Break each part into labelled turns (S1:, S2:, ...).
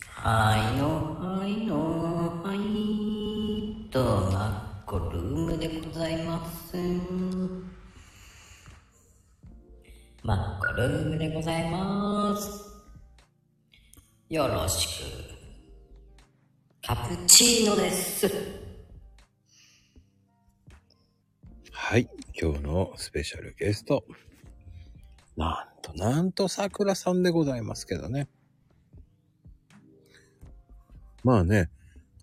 S1: はいのはいのはいとなっこルームでございますまっこルームでございますよろしくカプチーノです
S2: はい、今日のスペシャルゲスト。なんと、なんと、桜さんでございますけどね。まあね、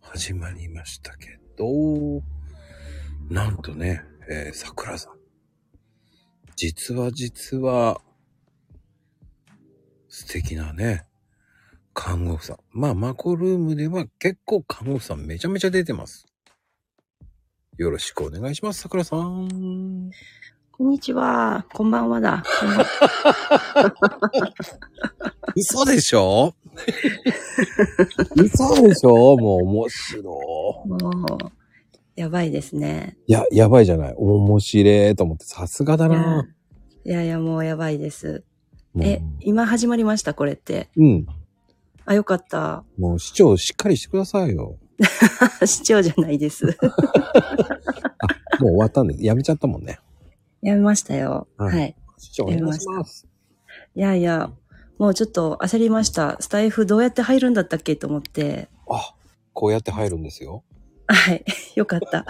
S2: 始まりましたけど、なんとね、えー桜さん。実は実は、素敵なね、看護婦さん。まあ、マコルームでは結構看護婦さんめちゃめちゃ出てます。よろしくお願いします、桜さん。
S3: こんにちは。こんばんはだ。こんばんは
S2: 嘘でし ょ嘘でしょもう面白
S3: もう、やばいですね。
S2: い。いや、やばいじゃない。面白いと思って、さすがだ
S3: い
S2: な。
S3: やいや、もうやばいです。
S2: もう
S3: え、今始まりました、これって。
S2: うん。
S3: あ、よかった。
S2: もう市長しっかりしてくださいよ。
S3: 市長じゃないです。
S2: もう終わったんです。やめちゃったもんね。
S3: やめましたよ。
S2: はい
S3: はい。
S2: 市長お願いします。
S3: いやいや、もうちょっと焦りました。スタイフどうやって入るんだったっけと思って。
S2: あ、こうやって入るんですよ。
S3: はい。 よかった。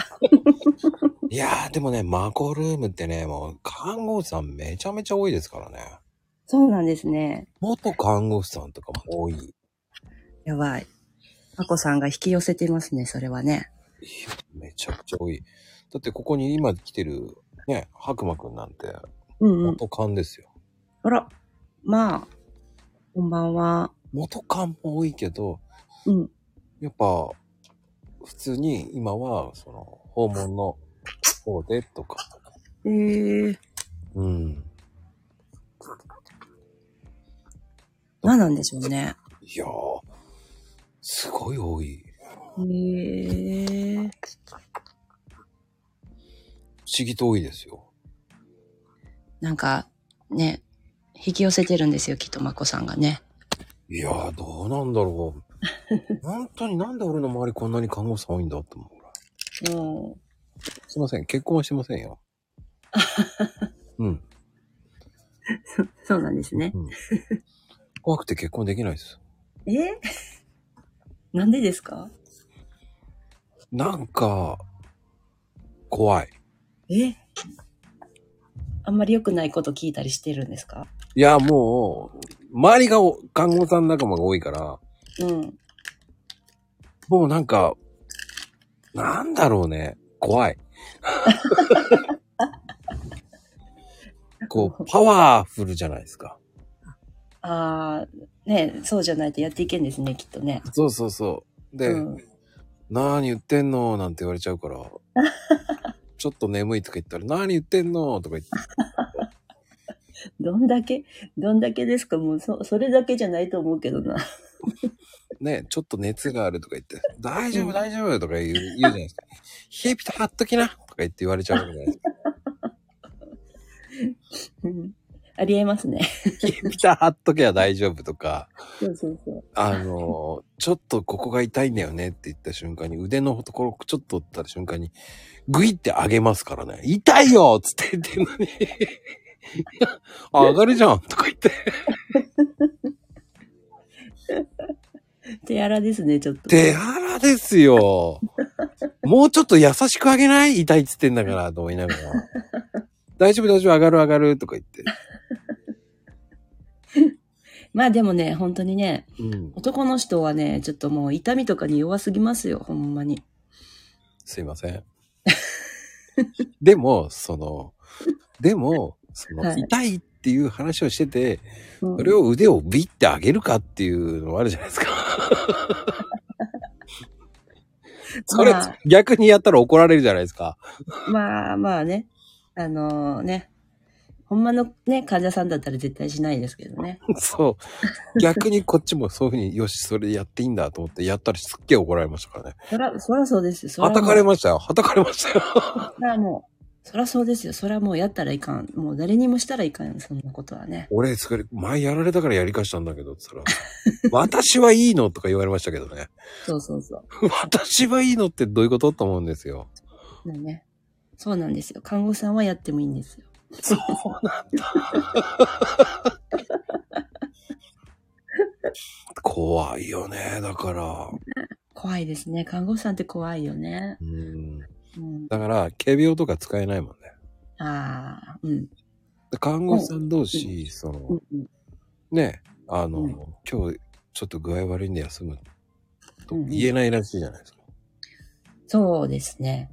S2: いやー、でもね、マコルームってね、もう看護師さんめちゃめちゃ多いですからね。
S3: そうなんですね。
S2: 元看護師さんとかも多い。
S3: やばい。あこさんが引き寄せてますね、それはね。
S2: めちゃくちゃ多い。だってここに今来てる、ね、白馬くんなんて、
S3: うんうん。
S2: 元看ですよ。
S3: あら。まあ、こんばんは。
S2: 元カンも多いけど、
S3: うん。
S2: やっぱ、普通に今は、その、訪問の方でとか。
S3: えー。
S2: うん。
S3: 何なんでしょうね。
S2: いやー、すごい多い。
S3: へえ。
S2: 不思議と多いですよ。
S3: なんか、ね、引き寄せてるんですよ、きっとまこさんがね。
S2: いやー、どうなんだろ う。本当になんで俺の周りこんなに看護師さん多いんだって思うぐらい。
S3: うん。
S2: すいません、結婚はしてません よ。うん、
S3: そうなんですね
S2: う。ん。怖くて結婚できないです。
S3: えなんでですか
S2: なんか、怖い。
S3: えあんまり良くないこと聞いたりしてるんですか
S2: いや、もう、周りがお看護さん仲間が多いから、
S3: うん。
S2: もうなんか、なんだろうね。怖い。こう、パワフルじゃないですか。
S3: ああ、ね、そうじゃないとやっていけんですね、きっとね。
S2: そうそうそう。で、
S3: うん
S2: 何言ってんのなんて言われちゃうから、ちょっと眠いとか言ったら、何言ってんのとか言って、
S3: どんだけ、どんだけですかもうそ、それだけじゃないと思うけどな。
S2: ね、ちょっと熱があるとか言って、大丈
S3: う
S2: 夫
S3: ん
S2: 大丈夫とか言う言うじゃないですか。冷えピタ貼っときなとか言って言われちゃうわけじゃないですか
S3: うんありえますね。
S2: ピタ貼っとけば大丈夫とか、
S3: そうそうそう。
S2: あの、ちょっとここが痛いんだよねって言った瞬間に、腕のところちょっと折った瞬間に、グイって上げますからね。痛いよっつって言ってんのに。いや上がるじゃんとか言って。
S3: 手荒ですね、ちょっと。
S2: 手荒ですよ。もうちょっと優しく上げない痛いっつってんだから、と思いながら。大丈夫大丈夫、上がる上がるとか言って。
S3: まあでもね、本当にね、
S2: うん。
S3: 男の人はね、ちょっともう痛みとかに弱すぎますよ、ほんまに。
S2: すいません。でも、その、でも、その、
S3: はい
S2: 痛いっていう話をしてて、
S3: うん
S2: それを腕をビッて上げるかっていうのもあるじゃな いですか。それ、
S3: まあ
S2: 逆にやったら怒られるじゃないですか。
S3: まあまあね、あのね、ほんまのね、患者さんだったら絶対しないですけどね。
S2: そう。逆にこっちもそういうふうに、よし、それやっていいんだと思ってやったらすっげえ怒られましたからね。
S3: そら、そらそうですよ。そら
S2: は
S3: もう
S2: たかれましたよ。はたかれましたよ。
S3: そらもう、そらそうですよ。そらもうやったらいかん。もう誰にもしたらいかん。そんなことはね。
S2: 俺、それ、前やられたからやり返したんだけど、つったら、 私はいいのとか言われましたけどね。
S3: そうそうそう。
S2: 私はいいのってどういうことと思うんですよ。
S3: まあね。そうなんですよ。看護師さんはやってもいいんですよ。
S2: そうなんだ。怖いよね、だから。
S3: 怖いですね。看護師さんって怖いよね。
S2: うん。
S3: うん。
S2: だから、軽病とか使えないもんね。
S3: ああ、うん。
S2: で看護師さん同士、その、
S3: うんうん。
S2: ねあの、
S3: うん
S2: 今日ちょっと具合悪いんで休むと
S3: うんうん
S2: 言えないらしいじゃないで すか。
S3: そうですね。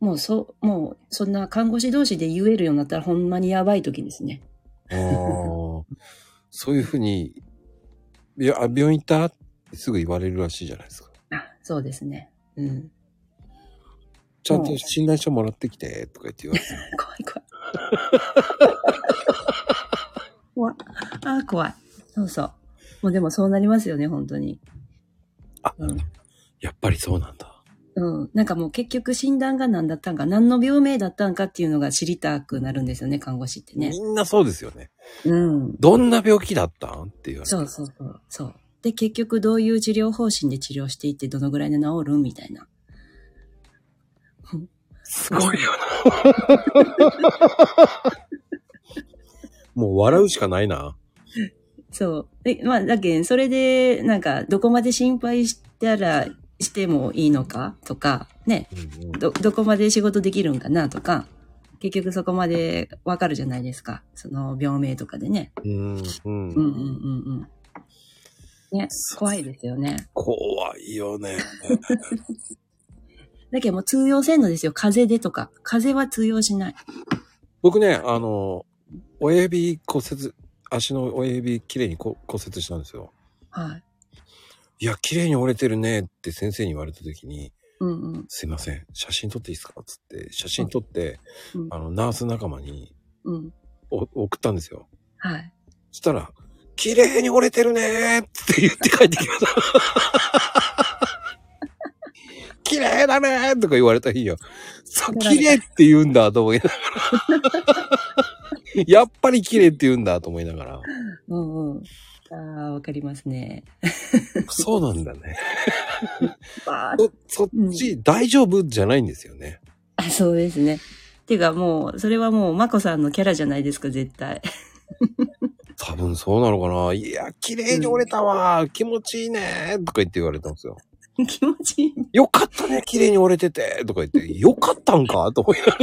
S3: もうそう、もうそんな看護師同士で言えるようになったらほんまにやばい時ですね。
S2: あーそういうふうに、いや、あ病院行ったってすぐ言われるらしいじゃないですか。
S3: あ、そうですね。うん。
S2: ちゃんと診断書もらってきて、とか言って言われて。
S3: 怖い怖い。怖い。あー怖い。そうそう。もうでもそうなりますよね、本当に。
S2: あ、
S3: うん。
S2: やっぱりそうなんだ。
S3: うん。なんかもう結局診断が何だったんか、何の病名だったんかっていうのが知りたくなるんですよね、看護師ってね。
S2: みんなそうですよね。
S3: うん。
S2: どんな病気だったんって言われて。
S3: そうそうそう。そう。で、結局どういう治療方針で治療していって、どのぐらいで治るみたいな。
S2: すごいよな。 もう笑うしかないな。
S3: そう。え、まあ、だけど、それで、なんか、どこまで心配したら、してもいいのかとか、ね、
S2: うんうん
S3: ど、どこまで仕事できるんかなとか、結局そこまでわかるじゃないですか。その病名とかでね。
S2: うんう
S3: うん
S2: ん
S3: うんうんうん。ね、怖いですよね。
S2: 怖いよね。
S3: だけどもう通用せんのですよ。風邪でとか。風邪は通用しない。
S2: 僕ね、あの、親指骨折、足の親指きれいにこ骨折したんですよ。
S3: はい。
S2: いや、綺麗に折れてるねって先生に言われた時に、
S3: うんうん。
S2: すいません、写真撮っていいですかつって、写真撮って、
S3: うん
S2: あの、ナース仲間に
S3: うん。
S2: お送ったんですよ。
S3: はい。
S2: そしたら、綺麗に折れてるねーって言って帰ってきました。綺麗だねーとか言われた日よ。そう、綺麗って言うんだと思いながら。やっぱり綺麗って言うんだと思いながら。
S3: うんうん。ああ、わかりますね。
S2: そうなんだね。
S3: バーっ
S2: そ、そっち、大丈夫じゃないんですよね。
S3: あそうですね。ていうかもう、それはもう、まこさんのキャラじゃないですか、絶対。
S2: 多分そうなのかな。いや、綺麗に折れたわー、気持ちいいねーとか言って言われたんですよ。
S3: 気持ちいい。
S2: よかったね、綺麗に折れててとか言って、よかったんかと思いなが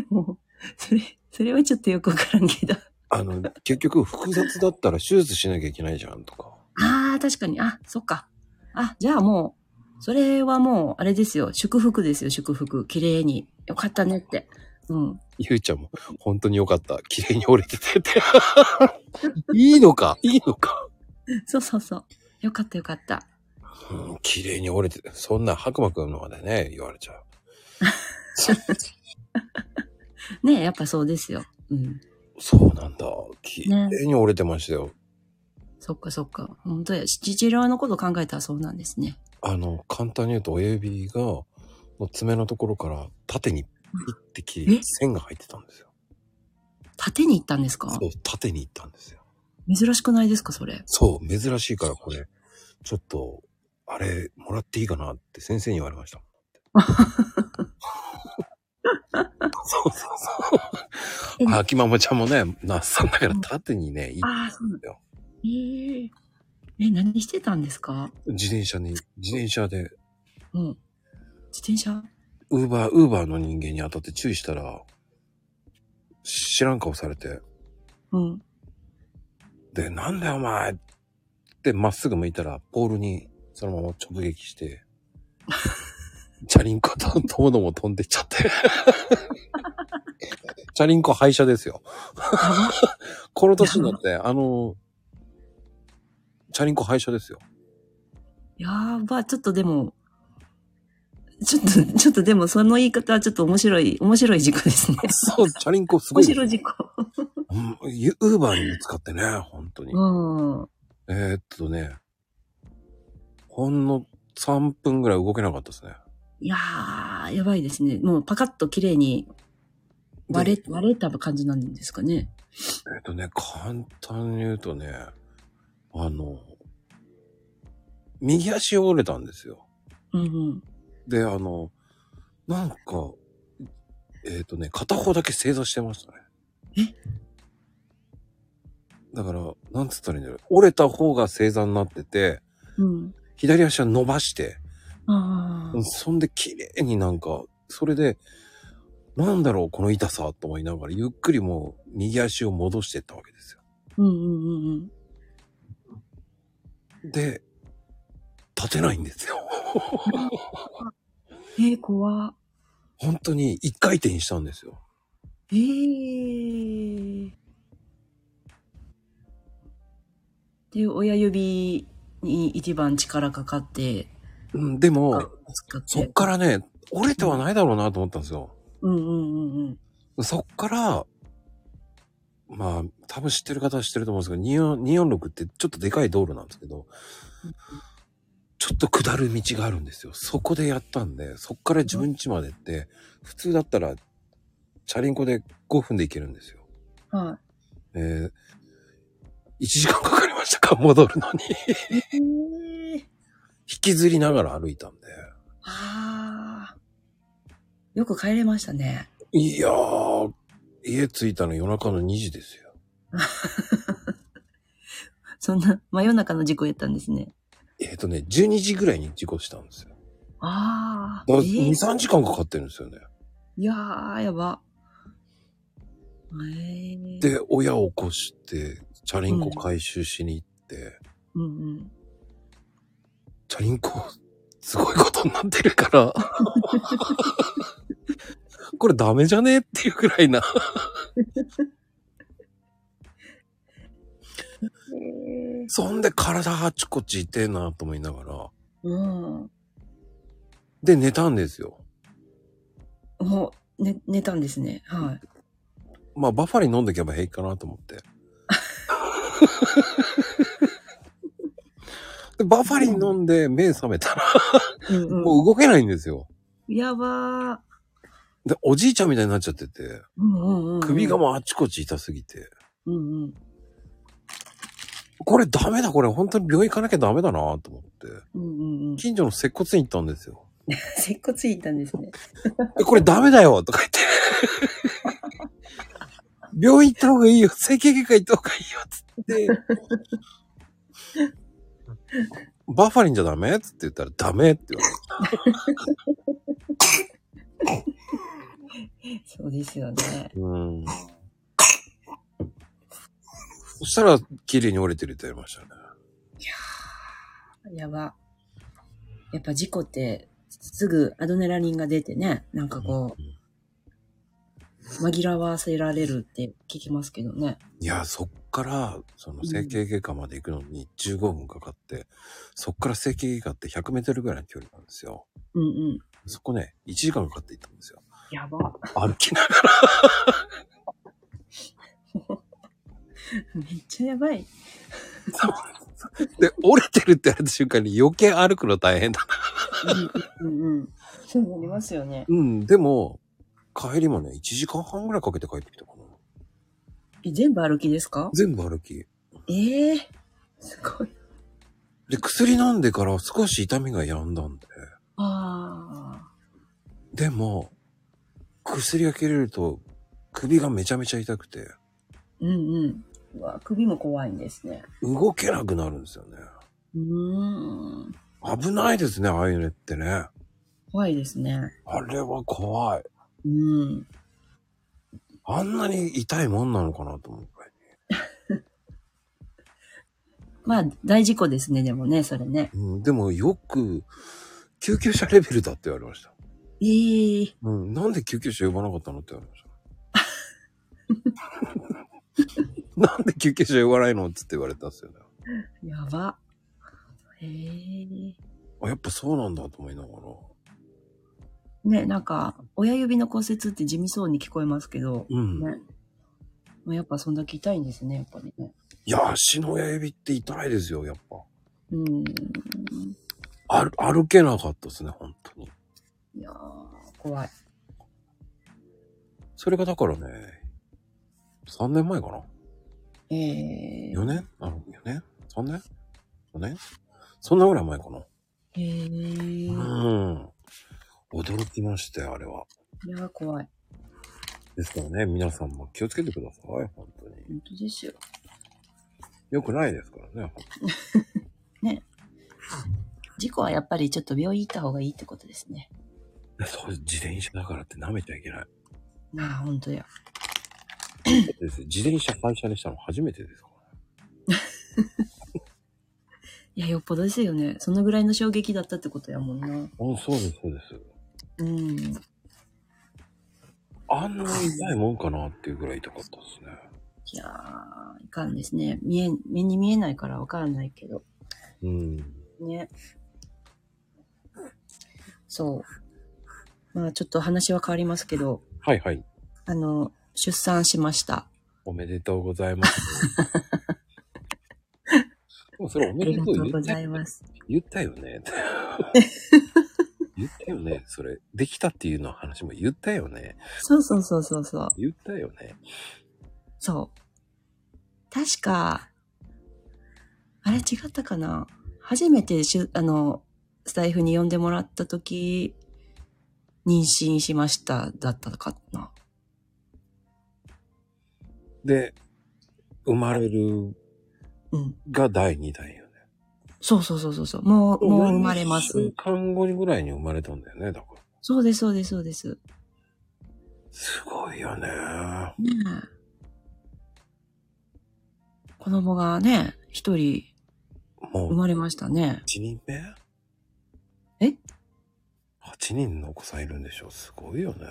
S2: ら
S3: もう、それ、それはちょっとよくわからんけど。
S2: あの、結局複雑だったら手術しなきゃいけないじゃんとか。
S3: ああ、確かに。あ、そっか。あ、じゃあもう、それはもう、あれですよ。祝福ですよ、祝福。綺麗に。よかったねって。うん。
S2: ゆうちゃんも、本当によかった。綺麗に折れて てって。いいのかいいのか、
S3: そうそうそう。よかったよかった。
S2: うん、綺麗に折れてて。そんな白馬くんのまでね、言われちゃう。
S3: ねえやっぱそうですよ。うん。
S2: そうなんだ。綺麗に折れてましたよ。
S3: そっかそっか。本当や。父治療のこと考えたらそうなんですね。
S2: あの、簡単に言うと親指が、の爪のところから縦にピッて切り
S3: え、
S2: 線が入ってたんですよ。
S3: 縦に行ったんですか
S2: そう、縦に行ったんですよ。
S3: 珍しくないですか、それ。
S2: そう、珍しいからこれ、ちょっと、あれ、もらっていいかなって先生に言われました。そうそうそう。あ、きまもちゃんもね、なっさんだから縦にね、い
S3: ああ、そうなん
S2: だよ
S3: えー、え、何してたんですか
S2: 自転車に、自転車で、
S3: うん。自転車
S2: ウーバー、ウーバーの人間に当たって注意したら、知らん顔されて、
S3: うん。
S2: で、なんだよお前ってまっすぐ向いたら、ポールにそのまま直撃して、チャリンコとともども飛んでっちゃって。 チャリンコ廃車ですよ。この年になって、あの、チャリンコ廃車ですよ。
S3: やば、ちょっとでも、ちょっと、ちょっとでもその言い方はちょっと面白い、面白い事故ですね。
S2: そう、チャリンコすご
S3: 面
S2: い。
S3: 白い事故。
S2: うんウーバーに使ってね、本当に。
S3: うん。
S2: えーっとね、ほんの3分ぐらい動けなかったですね。
S3: いやー、やばいですね。もうパカッと綺麗に割れ、割れた感じなんですかね。
S2: えっとね、簡単に言うとね、あの、右足折れたんですよ。
S3: うんうん。
S2: で、あの、なんか、えっ、とね、片方だけ正座してましたね。だから、なんつったらいいんだろう。折れた方が正座になってて、
S3: うん。
S2: 左足は伸ばして、
S3: ああ。
S2: そんで綺麗になんか、それで、なんだろう、この痛さと思いながら、ゆっくりもう右足を戻してったわけですよ。
S3: うんうんうんうん。
S2: で、立てないんですよ。
S3: えー、怖っ
S2: 本当に一回転したんですよ。
S3: えー。で、親指に一番力かかって、
S2: うん、でも、
S3: 使って。
S2: そっからね、折れてはないだろうなと思ったんですよ。
S3: うんうんうんうん。
S2: そっから、まあ、多分知ってる方は知ってると思うんですけど、24 246ってちょっとでかい道路なんですけど、ちょっと下る道があるんですよ。そこでやったんで、そっから自分家までって、普通だったら、チャリンコで5分で行けるんですよ。
S3: は
S2: えー、1時間かかりました か戻るのに。
S3: い。えー。
S2: 引きずりながら歩いたんで。
S3: ああ。よく帰れましたね。
S2: いやー、家着いたの夜中の2時ですよ。
S3: そんな、真夜中の事故やったんですね。
S2: えっ、とね、12時ぐらいに事故したんですよ。
S3: ああ。
S2: だから
S3: え
S2: 2、
S3: ー
S2: 3時間かかってるんですよね。
S3: いやー、やば。えー、
S2: で、親を起こして、チャリンコ回収しに行って、
S3: うんうん。
S2: チャリンコ、すごいことになってる から、これダメじゃねっていうくらいな。そんで体あちこち痛えなと思いながら、
S3: うん。
S2: で、寝たんですよ。
S3: もう、ね、寝たんですね。はい。
S2: まあ、バファリン飲んでけば平気かなと 思って。でバファリン飲んで目覚めたら、
S3: うんうん、
S2: もう動けないんですよ。
S3: やばー。
S2: で、おじいちゃんみたいになっちゃってて、
S3: うんうんうんうん、
S2: 首がもうあちこち痛すぎて、
S3: うんうん。
S2: これダメだ、これ本当に病院行かなきゃダメだなと思って、
S3: うんうんうん。
S2: 近所の接骨院行ったんですよ。
S3: 接骨院行ったんですね。
S2: え、これダメだよとか言って。 病院行った方がいいよ。整形外科行った方がいいよ。つって。バファリンじゃダメつって言ったらダメって言われて。
S3: そうですよね。
S2: うん。そしたら、綺麗に折れてるって言われましたね。
S3: やば。やっぱ事故って、すぐアドネラリンが出てね、なんかこう、紛らわせられるって聞きますけどね。
S2: いや、そっから、その整形外科まで行くのに15分かかって、そっから整形外科って100メートルぐらいの距離なんですよ。
S3: うんうん。
S2: そこね、1時間かかって行ったんですよ。
S3: やば。
S2: 歩きながら。
S3: めっちゃやばい。
S2: で、折れてるって言われた瞬間に余計歩くの大変だな。
S3: うんうんうんうん。そうなりますよね。
S2: うん、でも、帰りもね、1時間半ぐらいかけて帰ってきたかな。
S3: え全部歩きですか
S2: 全部歩き。
S3: ええすごい。
S2: で、薬飲んでから少し痛みが止んだんで。
S3: ああ。
S2: でも、薬が切れると、首がめちゃめちゃ痛くて、
S3: うんうん。うわ、首も怖いんですね。
S2: 動けなくなるんですよね。
S3: うーん。
S2: 危ないですね、ああいうのってね。
S3: 怖いですね。
S2: あれは怖い。
S3: うん。
S2: あんなに痛いもんなのかなと思う。
S3: まあ、大事故ですね、でもね、それね。
S2: うん、でもよく、救急車レベルだって言われました。
S3: ええ
S2: うん、なんで救急車呼ばなかったのって言われま した。なんで救急車呼ばないのっつって言われたんですよね。
S3: やば。ええ
S2: あ、やっぱそうなんだと思いながら。
S3: ね、なんか、親指の骨折って地味そうに聞こえますけど、
S2: うん。
S3: ね。まあ、やっぱそんだけ痛いんですね、やっぱりね。
S2: いや、足の親指って痛いですよ、やっぱ。
S3: うん。
S2: 歩歩けなかったですね、本当に。
S3: いやー、怖い。
S2: それがだからね、3年前かな
S3: え
S2: ?4 年あ、4年 ?3 年 ?4 年そんなぐらい前かな
S3: えー。い
S2: うん。驚きましたよ、あれは。
S3: やー、怖い。
S2: ですからね、皆さんも気をつけてください、本当に。
S3: 本当ですよ。
S2: よくないですからね。
S3: 事故はやっぱりちょっと病院行った方がいいってことですね。
S2: そう、自転車だからって舐めちゃいけない。
S3: ああ、本当や。
S2: です自転車会社にしたの初めてですからね。
S3: いや、よっぽどですよね。そのぐらいの衝撃だったってことやもんな。
S2: うん、そうです、そうです。
S3: うん。
S2: あんな痛いもんかなっていうぐらい痛かったですね。
S3: いやー、いかんですね。見え、目に見えないからわからないけど。
S2: うん。
S3: ね。そう。まあ、ちょっと話は変わりますけど、
S2: はいはい。
S3: あの、出産しました。
S2: おめでとうござい ます。でもそれお
S3: あ
S2: め
S3: り
S2: で
S3: が
S2: と
S3: とう
S2: う言
S3: ご
S2: った
S3: ざい
S2: よね。
S3: ます。
S2: 言ったよね。 言ったよね。それ、できたっていうの話も言ったよね。
S3: そうそうそうそうそう。
S2: 言ったよね。
S3: そう。確か、あれ違ったかな初めてしゅ、あの、スタイフに呼んでもらった時、妊娠しました、だったかな。
S2: で、生まれる
S3: うん。
S2: が第2弾よね。
S3: そうそうそうそうそう。もう、もう生まれま
S2: 4週
S3: す。
S2: 間後にぐらいに生まれたんだよね、だから。
S3: そうです、そうです、そうです。
S2: すごいよね。
S3: ねえ子供がね、一人
S2: も
S3: 生
S2: う、
S3: まれましたね。
S2: 8人目
S3: え
S2: ?8 人のお子さんいるんでしょすごいよね。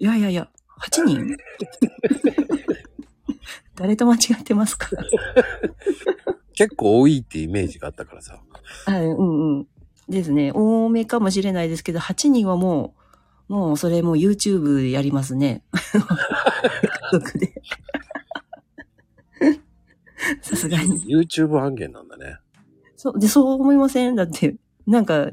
S3: いやいやいや、8人 誰と間違ってますか
S2: 結構多いってイメージがあったからさ。
S3: はい、うんうん。ですね。多めかもしれないですけど、8人はもう、もうそれもう YouTube でやりますね。家族 で。さすがに。
S2: YouTube 案件なんだね。
S3: そう、で、そう思いませんだって、なんか、